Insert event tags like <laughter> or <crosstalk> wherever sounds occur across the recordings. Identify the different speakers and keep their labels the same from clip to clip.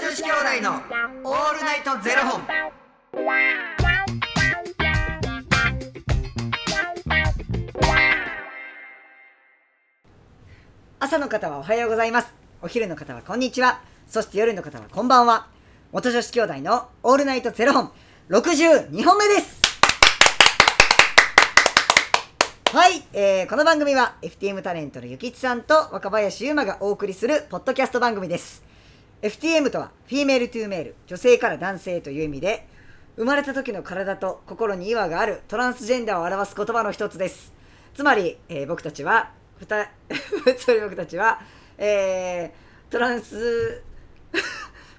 Speaker 1: 子兄弟のオールナイトゼロ本。
Speaker 2: 朝の方はおはようございますお昼の方はこんにちはそして夜の方はこんばんは元女子兄弟のオールナイトゼロ本62本目ですはい、えーこの番組は FTM タレントのゆきちさんと若林優馬がお送りするポッドキャスト番組です FTM とはフィメールトゥーメール女性から男性という意味で生まれた時の体と心に違和があるトランスジェンダーを表す言葉の一つですつまり、えー僕たちはふ <laughs> たつまり僕たちは、えートランス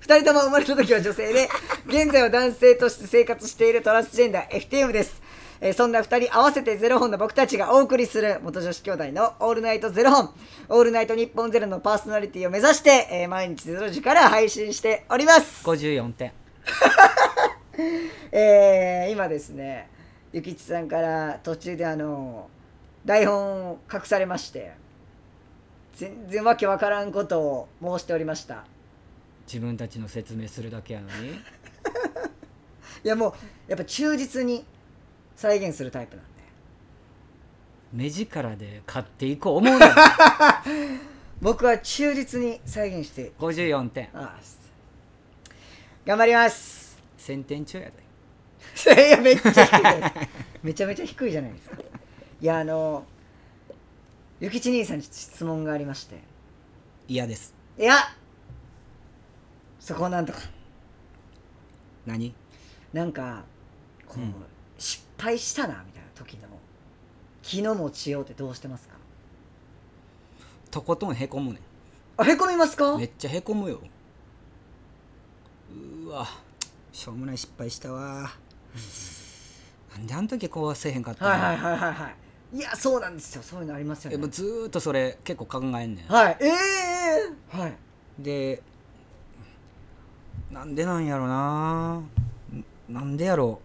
Speaker 2: 二人とも生まれた時は女性で現在は男性として生活しているトランスジェンダー FTM です、えーそんな二人合わせてゼロ本の僕たちがお送りする元女子兄弟の「オールナイトゼロ本」「オールナイト日本ゼロのパーソナリティを目指して、えー毎日ゼロ時から配信しております
Speaker 1: 54点。
Speaker 2: えー今ですねゆきちさんから途中であの台本を隠されまして全然わけわからんことを申しておりました
Speaker 1: 自分たちの説明するだけやのに。 <laughs>
Speaker 2: いやもうやっぱ忠実に再現するタイプなんで
Speaker 1: 目力で買っていこう思う
Speaker 2: <laughs>
Speaker 1: なよ
Speaker 2: 僕は忠実に再現して
Speaker 1: 54点
Speaker 2: ああ頑張ります <laughs>
Speaker 1: 1000点中やで
Speaker 2: いやめっちゃ低いですめちゃめちゃ低いじゃないですかいやあのゆきち兄さんに質問がありまして
Speaker 1: 嫌です
Speaker 2: いやそこをなんとか
Speaker 1: 何
Speaker 2: なんかこう、
Speaker 1: うん
Speaker 2: 失敗したなみたいな時の気の持ちようってどうしてますか
Speaker 1: とことんへこむね
Speaker 2: あへこみますか
Speaker 1: んめっちゃへこむようわしょうもない失敗したわなんであの時こうせえへんかったの、
Speaker 2: はいはいはいはいはいいやそうなんですよそういうのありますよ
Speaker 1: えもう
Speaker 2: ね
Speaker 1: ずーっとそれ結構考えんね
Speaker 2: はいええはい
Speaker 1: んでなんでなんやろなんなんでやろ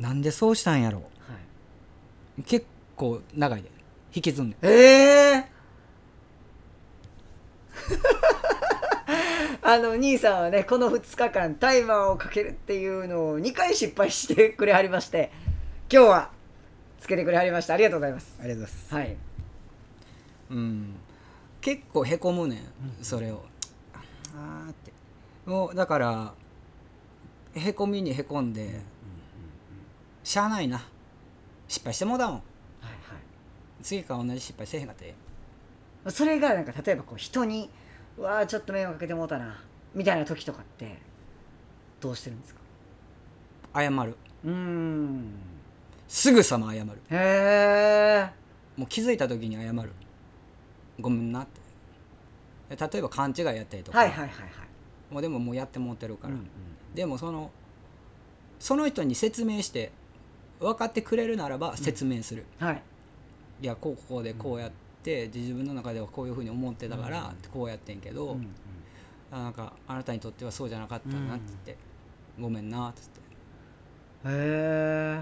Speaker 1: うなんでそうしたんやろ
Speaker 2: はい、
Speaker 1: 結構長いで引きずんねん
Speaker 2: ええ <laughs> あの兄さんはねこの2日間タイマーをかけるっていうのを2回失敗してくれはりまして今日はつけてくれはりましたありがとうございます
Speaker 1: ありがとうございます
Speaker 2: はい
Speaker 1: うん、結構へこむねんそれをあーってもうだからへこみにへこんで、しゃあないな失敗してもうだもん
Speaker 2: はいはい
Speaker 1: 次から同じ失敗せえへんかって
Speaker 2: それがなんか例えばこう人に「うわあちょっと迷惑かけてもうたな」みたいな時とかってどうしてるんですか
Speaker 1: 謝る
Speaker 2: うーん
Speaker 1: すぐさま謝る
Speaker 2: へえ
Speaker 1: もう気づいた時に謝るごめんなってで例えば勘違いやったりとか、
Speaker 2: はいはいはいはい
Speaker 1: もうでももうやってもうてるから、
Speaker 2: うんうん
Speaker 1: でもそのその人に説明して分かってくれるならば説明する、
Speaker 2: はい
Speaker 1: いやこうここでこうやって、自分の中ではこういうふうに思ってたから、こうやってんけ
Speaker 2: う
Speaker 1: ど、
Speaker 2: んうん
Speaker 1: あなんかあなたにとってはそうじゃなかったなって言って、ごめんなって
Speaker 2: へえ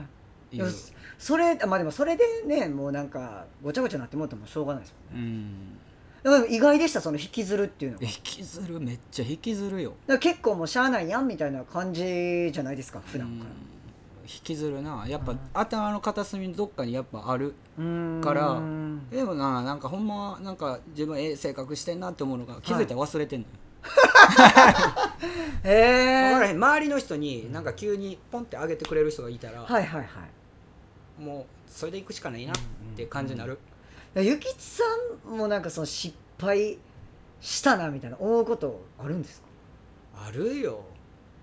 Speaker 1: 言って言う
Speaker 2: それまあでもそれでねもうなんかごちゃごちゃになってもうてもしょうがないです
Speaker 1: うん
Speaker 2: もんねでも意外でしたその引きずるっていうのが
Speaker 1: 引きずるめっちゃ引きずるよ
Speaker 2: だから結構もうしゃあないやんみたいな感じじゃないですか普段から
Speaker 1: うん引きずるなやっぱ、
Speaker 2: うん
Speaker 1: 頭の片隅のどっかにやっぱある
Speaker 2: うーん
Speaker 1: からでもななんかほんまなんか自分ええ性格してんなって思うのが気づいたら忘れてんのよ、
Speaker 2: へえ
Speaker 1: わから
Speaker 2: はい
Speaker 1: へん周りの人になんか急にポンって上げてくれる人がいたら、
Speaker 2: はいはい
Speaker 1: もうそれで行くしかないなって感じになる、
Speaker 2: ゆきちさんもなんかその失敗したなみたいな思うことあるんですか
Speaker 1: あるよ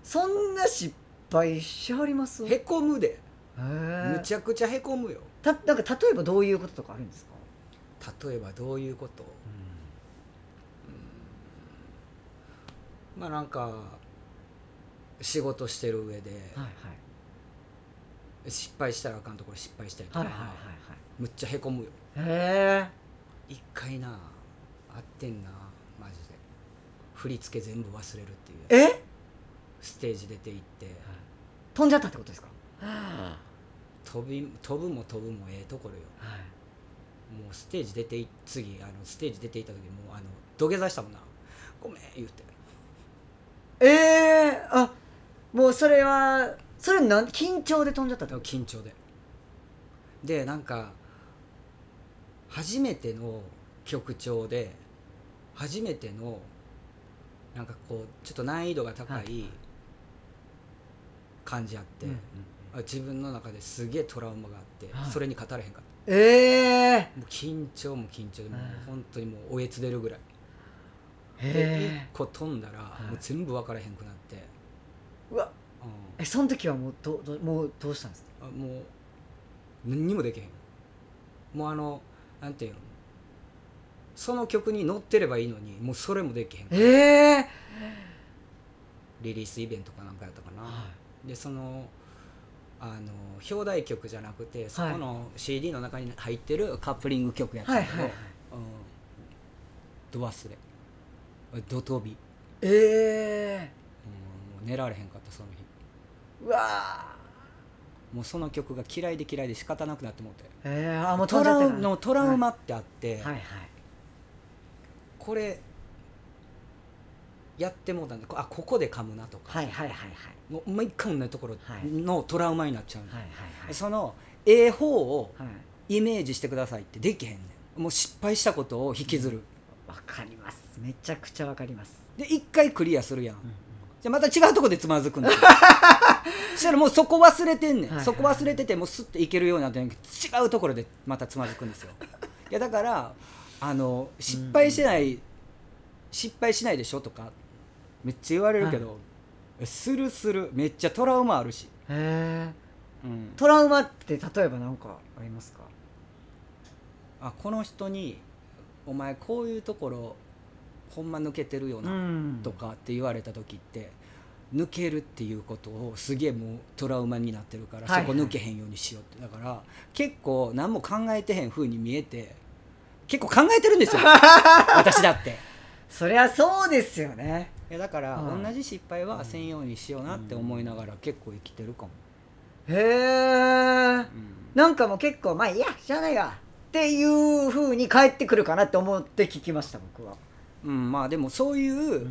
Speaker 2: そんな失敗しはります
Speaker 1: へこむで
Speaker 2: へー
Speaker 1: むちゃくちゃへこむよ
Speaker 2: たなんか例えばどういうこととかあるんですか、
Speaker 1: 例えばどういうことまあなんか仕事してる上で
Speaker 2: はい
Speaker 1: 失敗したらあかんところ失敗したりと
Speaker 2: はいはい
Speaker 1: か、
Speaker 2: はいはい
Speaker 1: むっちゃへこむよ
Speaker 2: はいへ
Speaker 1: 一回なあってんなマジで振り付け全部忘れるっていう
Speaker 2: ええ
Speaker 1: ステージ出て行って
Speaker 2: 飛んじゃったってことですか
Speaker 1: 飛び飛ぶも飛ぶもええところよ
Speaker 2: はい
Speaker 1: もうステージ出てい次あのステージ出ていった時もうあの土下座したもんなごめん言うて
Speaker 2: ええもうそれはそれなん緊張で飛んじゃったってこと
Speaker 1: 緊張ででなんか初めての曲調で初めてのなんかこうちょっと難易度が高
Speaker 2: はい
Speaker 1: 感じあって、
Speaker 2: うん
Speaker 1: 自分の中ですげえトラウマがあって、
Speaker 2: はい
Speaker 1: それに語れへんかっ
Speaker 2: ええ
Speaker 1: たもう緊張も緊張でもう
Speaker 2: はい
Speaker 1: 本当にもうおえつ出るぐらいで
Speaker 2: へ
Speaker 1: 1個飛んだら
Speaker 2: い
Speaker 1: もう全部分からへんくなって、
Speaker 2: えうわ
Speaker 1: う
Speaker 2: えその時はもうどどもうどうしたんですか
Speaker 1: んあもう何にもできへんもうあのなんていうのその曲に乗ってればいいのにもうそれもできへん
Speaker 2: ええ
Speaker 1: リリースイベントかなんかやったかな、
Speaker 2: は
Speaker 1: でそのあの表題曲じゃなくてそこの CD の中に入ってるカップリング曲やったん
Speaker 2: はい
Speaker 1: だけど、
Speaker 2: はい
Speaker 1: うんド忘れド飛び、
Speaker 2: ええ
Speaker 1: うんもう寝られへんかったその日
Speaker 2: うわ
Speaker 1: もうその曲が嫌いで嫌いで仕方なくなって思って
Speaker 2: ーええあもう飛
Speaker 1: ト
Speaker 2: んじゃ
Speaker 1: ラ
Speaker 2: った
Speaker 1: ウ
Speaker 2: から
Speaker 1: のトラウマってあって、
Speaker 2: はいはい
Speaker 1: これやってもうたんでこあここで噛むなとか、
Speaker 2: はいはいはいはい
Speaker 1: もう毎回同じところ
Speaker 2: はい
Speaker 1: のトラウマになっちゃうんだ、
Speaker 2: はいはいはい
Speaker 1: そのええ方を
Speaker 2: はい
Speaker 1: イメージしてくださいってできへんねんもう失敗したことを引きずる、
Speaker 2: わかりますめちゃくちゃわかります、
Speaker 1: で一回クリアするやん、じゃあまた違うとこでつまず
Speaker 2: <laughs>
Speaker 1: くんだそしたらもうそこ忘れてんねん、
Speaker 2: はいはい
Speaker 1: そこ忘れててもうスッといけるようになってんけど違うところでまたつまずくんですよいやだからあの失敗しない、失敗しないでしょとかめっちゃ言われるけど、するするめっちゃトラウマあるし、
Speaker 2: ええ
Speaker 1: うん
Speaker 2: トラウマって例えば何かありますか
Speaker 1: あこの人に「お前こういうところほんま抜けてるよな」
Speaker 2: ん
Speaker 1: とかって言われた時って抜けるっていうことをすげえもうトラウマになってるから
Speaker 2: はい
Speaker 1: そこ抜けへんようにしようってだから結構何も考えてへん風に見えて結構考えてる
Speaker 2: <laughs>
Speaker 1: んですよ私だって
Speaker 2: そりゃそうですよね
Speaker 1: いやだから
Speaker 2: はい
Speaker 1: 同じ失敗はせんようにしようなって思いながら結構生きてるかも、
Speaker 2: へえなんかもう結構まあいいや知らないわっていうふうに帰ってくるかなって思って聞きました僕は、
Speaker 1: うん、まあでもそういう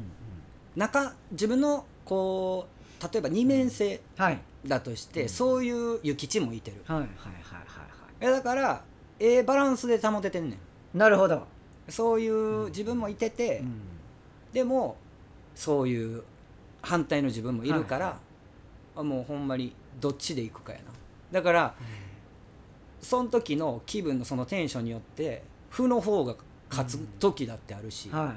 Speaker 1: 中自分のこう例えば二面性
Speaker 2: はい
Speaker 1: だとし
Speaker 2: う
Speaker 1: て
Speaker 2: ん
Speaker 1: そういう諭吉もいてる
Speaker 2: はいはいはいはい
Speaker 1: いやだからええバランスで保ててんねん
Speaker 2: なるほど、
Speaker 1: そうい
Speaker 2: ん
Speaker 1: う自分もいてて、でもそういう反対の自分もいるから、
Speaker 2: はいは
Speaker 1: あもうほんまにどっちで行くかやなだからその時の気分のそのテンションによって負の方が勝つ時だってあるし、
Speaker 2: は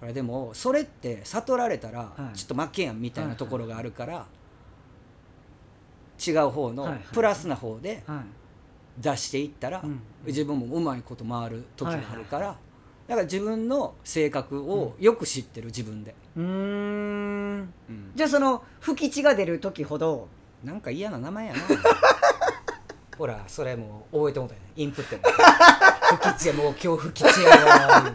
Speaker 1: これでもそれって悟られたら
Speaker 2: はい
Speaker 1: ちょっと負けやんみたいなところがあるから、違う方
Speaker 2: はい
Speaker 1: の
Speaker 2: はい
Speaker 1: プラスな方で
Speaker 2: いは
Speaker 1: 出していったら、
Speaker 2: うん
Speaker 1: 自分もうまいこと回る時があるから、
Speaker 2: はいはい
Speaker 1: だから自分の性格をよく知ってる自分で、
Speaker 2: いうーんじゃあその不吉が出る時ほど
Speaker 1: なんか嫌な名前やな <laughs> ほらそれもう覚えてもうたよねインプットも
Speaker 2: <laughs>
Speaker 1: 不吉やもう今日不吉やわ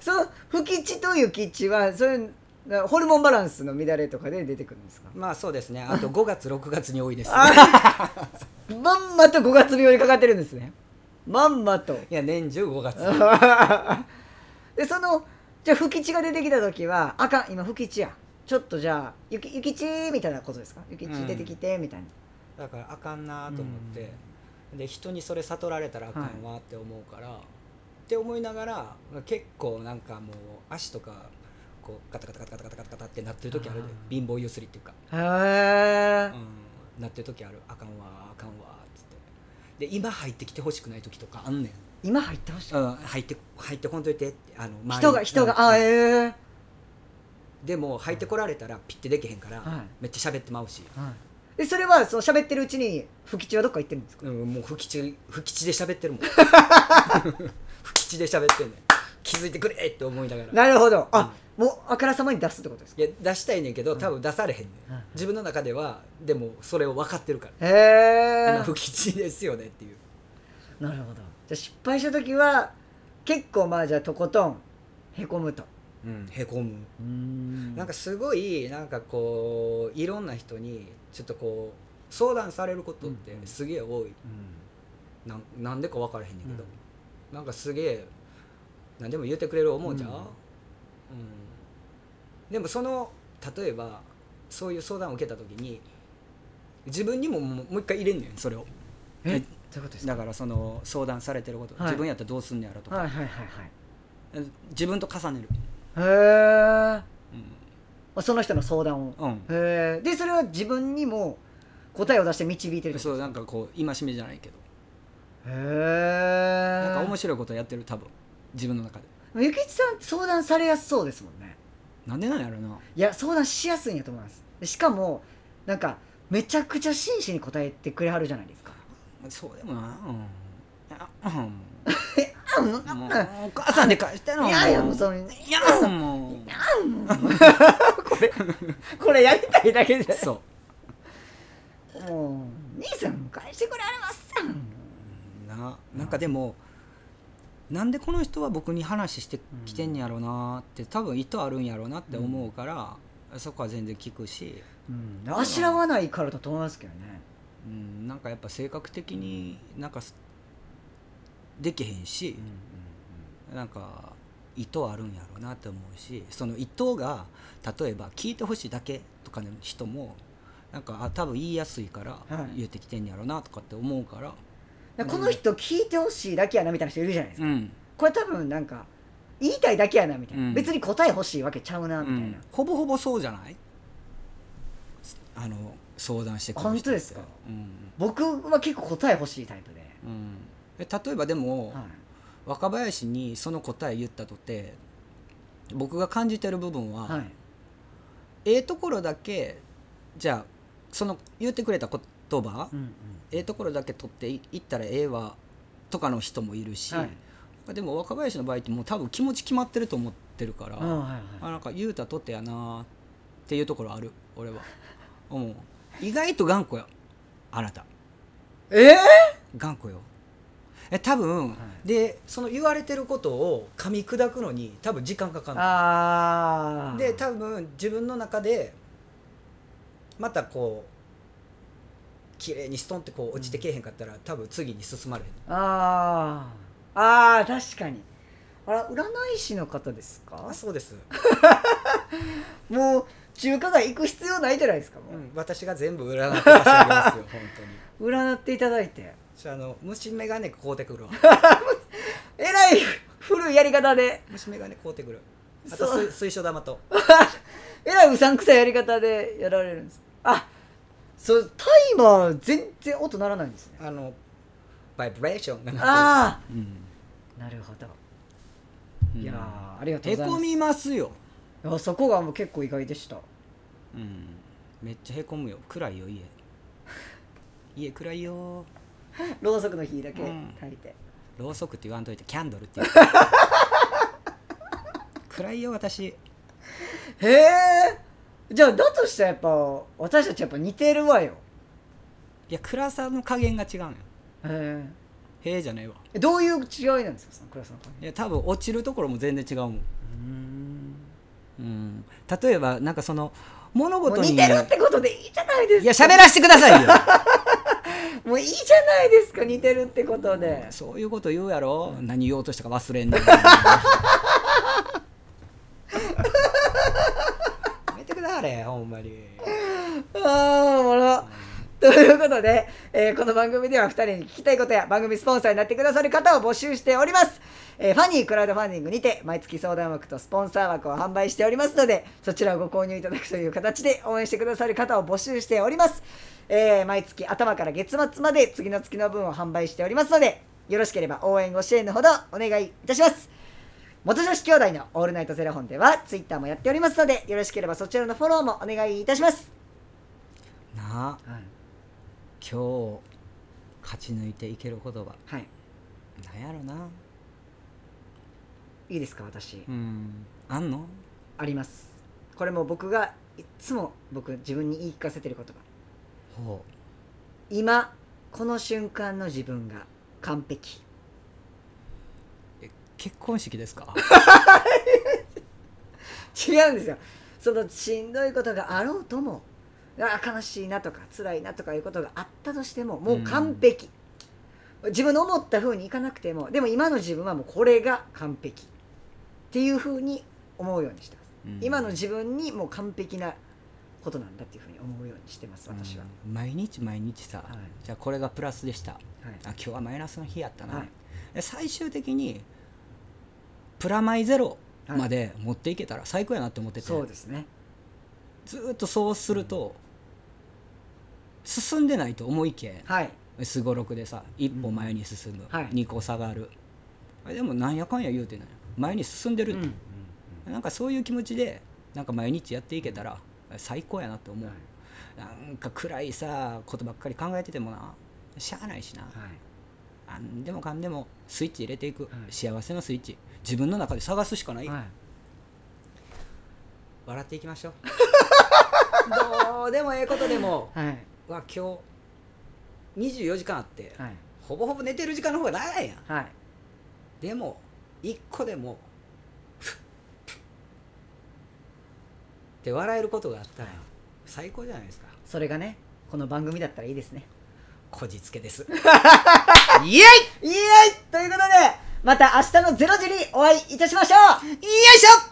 Speaker 2: その不吉という吉はそれホルモンバランスの乱れとかで出てくるんですか
Speaker 1: まあそうですねあと5月6月に多いです、
Speaker 2: まんまと5月病にかかってるんですねまんまと
Speaker 1: いや年中5月
Speaker 2: でそのじゃあ不吉が出てきた時はあかん今不吉やちょっとじゃあゆきゆきちみたいなことですかゆきち出てきてみたいな、
Speaker 1: だからあかんなと思って、で人にそれ悟られたらあかんわって思うから、って思いながら結構なんかもう足とかこうガタガタガタガタガタガタガタってなってる時あるで
Speaker 2: あー
Speaker 1: 貧乏ゆすりっていうか、
Speaker 2: へえ
Speaker 1: うん、なってる時あるあかんわあかんわっつってで今入ってきてほしくない時とかあんねん、
Speaker 2: 今入ってほしい
Speaker 1: うん、入って入ってこんといてってあの周り
Speaker 2: 人が人が、あ
Speaker 1: うん
Speaker 2: ええ
Speaker 1: でも入ってこられたらピッてできへんから、
Speaker 2: はい
Speaker 1: めっちゃ喋ってまうし、
Speaker 2: でそれはその喋ってるうちに不吉はどっか行ってるんですか
Speaker 1: うん、もう不吉不吉で喋っ
Speaker 2: <laughs>
Speaker 1: てるもん不吉で喋ってんねん気づいてくれって思いながら
Speaker 2: なるほどあ、もうあからさまに出すってことですか
Speaker 1: いや出したいねんけど多分出されへんねん、
Speaker 2: うん
Speaker 1: 自分の中ではでもそれを分かってるか
Speaker 2: へ
Speaker 1: ら、
Speaker 2: え
Speaker 1: 今不吉ですよねっていう
Speaker 2: なるほどじゃあ失敗した時は結構まあじゃあとことんへこむと
Speaker 1: うんへこむ
Speaker 2: な
Speaker 1: なんかすごいなんかこういろんな人にちょっとこう相談されることって
Speaker 2: うん
Speaker 1: すげえ多い、なんなんでか分からへんねんけど、なんかすげえ何でも言ってくれる思うじゃん、
Speaker 2: うん
Speaker 1: うんでもその例えばそういう相談を受けた時に自分にももうもう一回入れんねんそれを
Speaker 2: えどうい
Speaker 1: え
Speaker 2: うことですか
Speaker 1: だからその相談されてること、
Speaker 2: はい
Speaker 1: 自分やったらどうすんねやろとか、
Speaker 2: はいはいはい
Speaker 1: 自分と重ねる、
Speaker 2: はいへえその人の相談を
Speaker 1: うん
Speaker 2: へえでそれは自分にも答えを出して導いて
Speaker 1: う
Speaker 2: る
Speaker 1: ん、そうなんかこう戒めじゃないけど
Speaker 2: へえ
Speaker 1: なんか
Speaker 2: なん
Speaker 1: 面白いことやってる多分自分の中で
Speaker 2: ゆきちさん相談されやすそうですもんね
Speaker 1: なんでなんやろない
Speaker 2: や相談しやすいんやと思いますしかもなんかめちゃくちゃ真摯に答えてくれはるじゃないですか
Speaker 1: そうでもなうんあう
Speaker 2: う
Speaker 1: ん
Speaker 2: んい
Speaker 1: もうお母さんで返しての
Speaker 2: やいやもう
Speaker 1: う
Speaker 2: そのいや
Speaker 1: も <laughs>
Speaker 2: これやりたいだけ
Speaker 1: う
Speaker 2: で
Speaker 1: そ
Speaker 2: もう兄さん返してくれはりますさん
Speaker 1: うななんかでもなんでこの人は僕に話してきてんやろなって多分意図あるんやろなって思うから、そこは全然聞くし、
Speaker 2: うん、あしらわないからだと思いますけどね
Speaker 1: うん、なんかやっぱ性格的になんかすできへんし、なんか意図あるんやろうなって思うしその意図が例えば聞いてほしいだけとかの人もなんかあ多分言いやすいから
Speaker 2: はい
Speaker 1: 言ってきてんやろうなとかって思うから、
Speaker 2: だからこの人聞いてほしいだけやなみたいな人いるじゃないですか、
Speaker 1: うん
Speaker 2: これ多分なんか言いたいだけやなみたいな、
Speaker 1: うん
Speaker 2: 別に答え欲しいわけちゃうなみたいな、
Speaker 1: うんほぼほぼそうじゃないあの相談してくる人って
Speaker 2: 本当ですか
Speaker 1: うん
Speaker 2: 僕は結構答え欲しいタイプで、
Speaker 1: うん、え例えばでも、
Speaker 2: はい
Speaker 1: 若林にその答え言ったとて僕が感じてる部分は、
Speaker 2: はい、
Speaker 1: ええところだけじゃあその言ってくれた言葉、
Speaker 2: うんうん
Speaker 1: ええところだけ取っていいったらええわとかの人もいるし、
Speaker 2: はい
Speaker 1: でも若林の場合ってもう多分気持ち決まってると思ってるから、
Speaker 2: うんはいはい
Speaker 1: あなんか言うたとってやなーっていうところある俺は <laughs> 思う意外と頑固よあなた
Speaker 2: ええ
Speaker 1: 頑固よえ多分、でその言われてることを噛み砕くのに多分時間かかる
Speaker 2: ああ
Speaker 1: で多分自分の中でまたこう綺麗にストンってこう落ちてけえへんかったら、多分次に進まれへん
Speaker 2: あーあー確かにあら占い師の方ですか
Speaker 1: あそうです、
Speaker 2: もう中華街行く必要ないじゃないですかも
Speaker 1: うん、私が全部占って差し上げますよ本当に
Speaker 2: う、占っていただいて
Speaker 1: じゃああの虫眼鏡買うてくるわ
Speaker 2: えらい古いやり方で
Speaker 1: 虫眼鏡買うてくるあと
Speaker 2: そう
Speaker 1: 水水晶玉と
Speaker 2: えらいうさんくさいやり方でやられるんですあそうタイマー全然音鳴らないんですね
Speaker 1: あのバイブレーションがなっ
Speaker 2: あ
Speaker 1: てるうん
Speaker 2: あなるほど
Speaker 1: うん
Speaker 2: いやーありがとう
Speaker 1: へ
Speaker 2: ござい
Speaker 1: こ
Speaker 2: ます
Speaker 1: みますよ、
Speaker 2: いやそこがもう結構意外でした
Speaker 1: うん、めっちゃへこむよ暗い
Speaker 2: <laughs>
Speaker 1: よ家家暗いよ
Speaker 2: ろうそくの火だけ
Speaker 1: うん
Speaker 2: 炊いて、
Speaker 1: ろうそくって言わんといてキャンド
Speaker 2: <laughs>
Speaker 1: ルって言う暗いよ私
Speaker 2: へえじゃあだとしたらやっぱ私たちやっぱ似てるわよ
Speaker 1: いや暗さの加減が違うのよ
Speaker 2: へ
Speaker 1: へえじゃないわ
Speaker 2: えどういう違いなんですかその倉さんの感
Speaker 1: いや多分落ちるところも全然違うもん
Speaker 2: うん
Speaker 1: うん例えばなんかその物
Speaker 2: もう
Speaker 1: 事に
Speaker 2: 似てるってことでいいじゃないです
Speaker 1: い
Speaker 2: か
Speaker 1: や喋らせてくださいよ <laughs>
Speaker 2: もういいじゃないですか似てるってことで
Speaker 1: そういうこと言うやろ何言おうとしたか忘れん
Speaker 2: <laughs>
Speaker 1: のやめてくだされほんまに
Speaker 2: ああおもろということで、えーこの番組では2人に聞きたいことや番組スポンサーになってくださる方を募集しております、えーファニークラウドファンディングにて毎月相談枠とスポンサー枠を販売しておりますのでそちらをご購入いただくという形で応援してくださる方を募集しております、えー毎月頭から月末まで次の月の分を販売しておりますのでよろしければ応援ご支援のほどお願いいたします元女子兄弟のオールナイトゼロ本ではツイッターもやっておりますのでよろしければそちらのフォローもお願いいたします、
Speaker 1: なあ
Speaker 2: はい
Speaker 1: 今日勝ち抜いていける言葉
Speaker 2: はい、
Speaker 1: なんやろない
Speaker 2: いですか私、
Speaker 1: うんあんの
Speaker 2: ありますこれも僕がいつも僕自分に言い聞かせてる言葉
Speaker 1: ほ
Speaker 2: 今この瞬間の自分が完璧
Speaker 1: うえ結婚式ですか
Speaker 2: 違うんですよそのしんどいことがあろうともあー悲しいなとか辛いなとかいうことがあったとしてももう完璧、自分の思った風にいかなくてもでも今の自分はもうこれが完璧っていう風に思うようにしてます、
Speaker 1: うん
Speaker 2: 今の自分にもう完璧なことなんだっていうふうに思うようにしてます私は、
Speaker 1: うん毎日毎日さ、
Speaker 2: はい
Speaker 1: じゃあこれがプラスでしたあ
Speaker 2: はい
Speaker 1: 今日はマイナスの日やったな、
Speaker 2: はい
Speaker 1: で最終的にプラマイゼロまで持っていけたら最高やなって思ってて、
Speaker 2: そうですね
Speaker 1: ずーっとそうすると、進んでないと思いけ
Speaker 2: はい
Speaker 1: すごろくでさ一歩前に進む、
Speaker 2: はい
Speaker 1: 二個下がるあでもなんやかんや言うてない前に進んでる、
Speaker 2: うん
Speaker 1: なんかそういう気持ちでなんか毎日やっていけたら最高やなって思う、
Speaker 2: はい
Speaker 1: なんか暗いさことばっかり考えててもなしゃあないしな、
Speaker 2: はい
Speaker 1: あんでもかんでもスイッチ入れていく、
Speaker 2: い
Speaker 1: 幸せのスイッチ自分の中で探すしかない、
Speaker 2: はい
Speaker 1: 笑っていきましょ
Speaker 2: <laughs>
Speaker 1: うどうでもええことでも
Speaker 2: はい
Speaker 1: わ今日24時間あって、
Speaker 2: はい
Speaker 1: ほぼほぼ寝てる時間の方が長いやん
Speaker 2: はい
Speaker 1: でも一個でもふっって笑えることがあったら最高じゃないですか
Speaker 2: それがねこの番組だったらいいですね
Speaker 1: こじつけです
Speaker 2: イエイイエイということでまた明日の0時にお会いいたしましょうよいしょ <laughs>